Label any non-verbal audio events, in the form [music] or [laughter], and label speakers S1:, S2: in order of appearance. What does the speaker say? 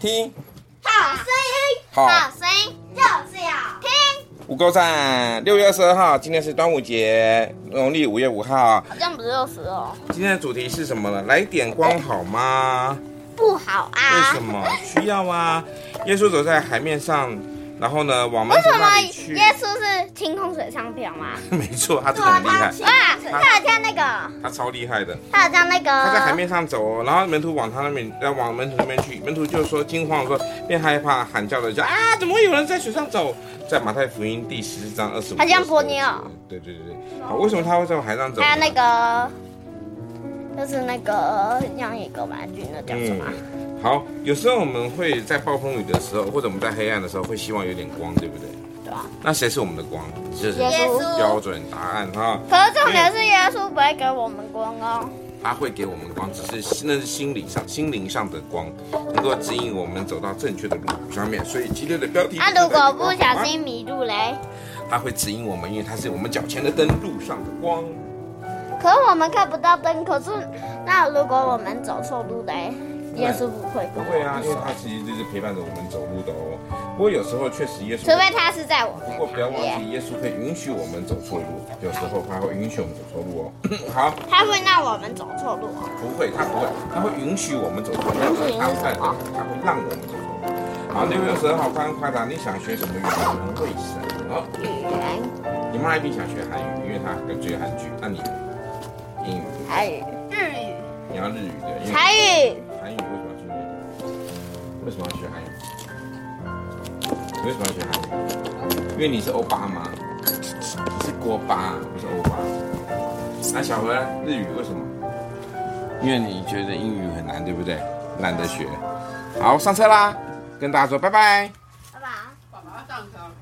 S1: 听
S2: 好声音，
S1: 好
S2: 声音就是要听。
S1: 五够赞。六月二十二号，今天是端午节，农历五月五号。
S2: 好像不是六十哦，
S1: 今天的主题是什么呢？来点光好吗？
S2: 不好
S1: 为
S2: 啊。
S1: 什么需要啊？耶稣走在海面上，然后呢，往门
S2: 为
S1: 徒
S2: 什
S1: 那
S2: 么
S1: 里去
S2: 耶。稣是清空水上漂吗？
S1: [laughs] 没错，他真
S2: 对
S1: 的很厉害，
S2: 啊，他好像那个，
S1: 他超厉害的。
S2: 他好像那个，
S1: 他在海面上走哦，然后门徒往他那边，要往门徒那边去，门徒就说惊慌地说，便害怕喊叫的叫啊，怎么会有人在水上走？在马太福音第十四章二十五，
S2: 好像伯尼哦，
S1: 对对对对，好，为什么他会在海上走呢？
S2: 还有那个，就是那个像一个玩具，那叫什么啊？
S1: 嗯，好，有时候我们会在暴风雨的时候，或者我们在黑暗的时候，会希望有点光，对不对？
S2: 对啊。
S1: 那谁是我们的光？就是
S2: 耶稣
S1: 标准答案哈，
S2: 可是重点是耶稣不会给我们光哦。
S1: 他会给我们光，只是那是心理上、心灵上的光，能够指引我们走到正确的路上面。所以今天的标题
S2: 啊，
S1: 就是在
S2: 如果
S1: 讲
S2: 不
S1: 光
S2: 小心迷路嘞，
S1: 它会指引我们，因为它是我们脚前的灯，路上的光。
S2: 可我们看不到灯。可是那如果我们走错路嘞，耶稣不会
S1: 不
S2: 跟我
S1: 会啊，
S2: 们
S1: 因为
S2: 说，
S1: 它其实就是陪伴着我们走路的哦。不过有时候确实耶稣，
S2: 除非他是在我
S1: 不过
S2: 们
S1: 不要
S2: 旁
S1: 忘
S2: 边，
S1: 记，耶稣会允许我们走错路，有时候他会允许我们走错路哦。 [coughs] 好，
S2: 他会让我们走错路哦。
S1: 不会，他不会，他会允许我们走错路，他
S2: 允许
S1: 会
S2: 你
S1: 安
S2: 是
S1: 排
S2: 什
S1: 的
S2: 么，
S1: 他会让我们走错路。好，六月十二号，快问快答，你想学什么语言？为什么？
S2: 语言、
S1: 哦你妈一定想学韩语，因为她很追韩剧。那你呢英语，
S2: 台语、日语、
S1: 你要日语的，因为
S2: 台语，
S1: 韩语为什么要去念？为什么要学韩语？你为什么要学韩语？因为你是欧巴嘛，你是锅巴，不是欧巴。那、小何呢日语为什么？因为你觉得英语很难，对不对？懒得学。好，上车啦，跟大家说拜拜。
S2: 好不好？
S3: 爸爸上车了。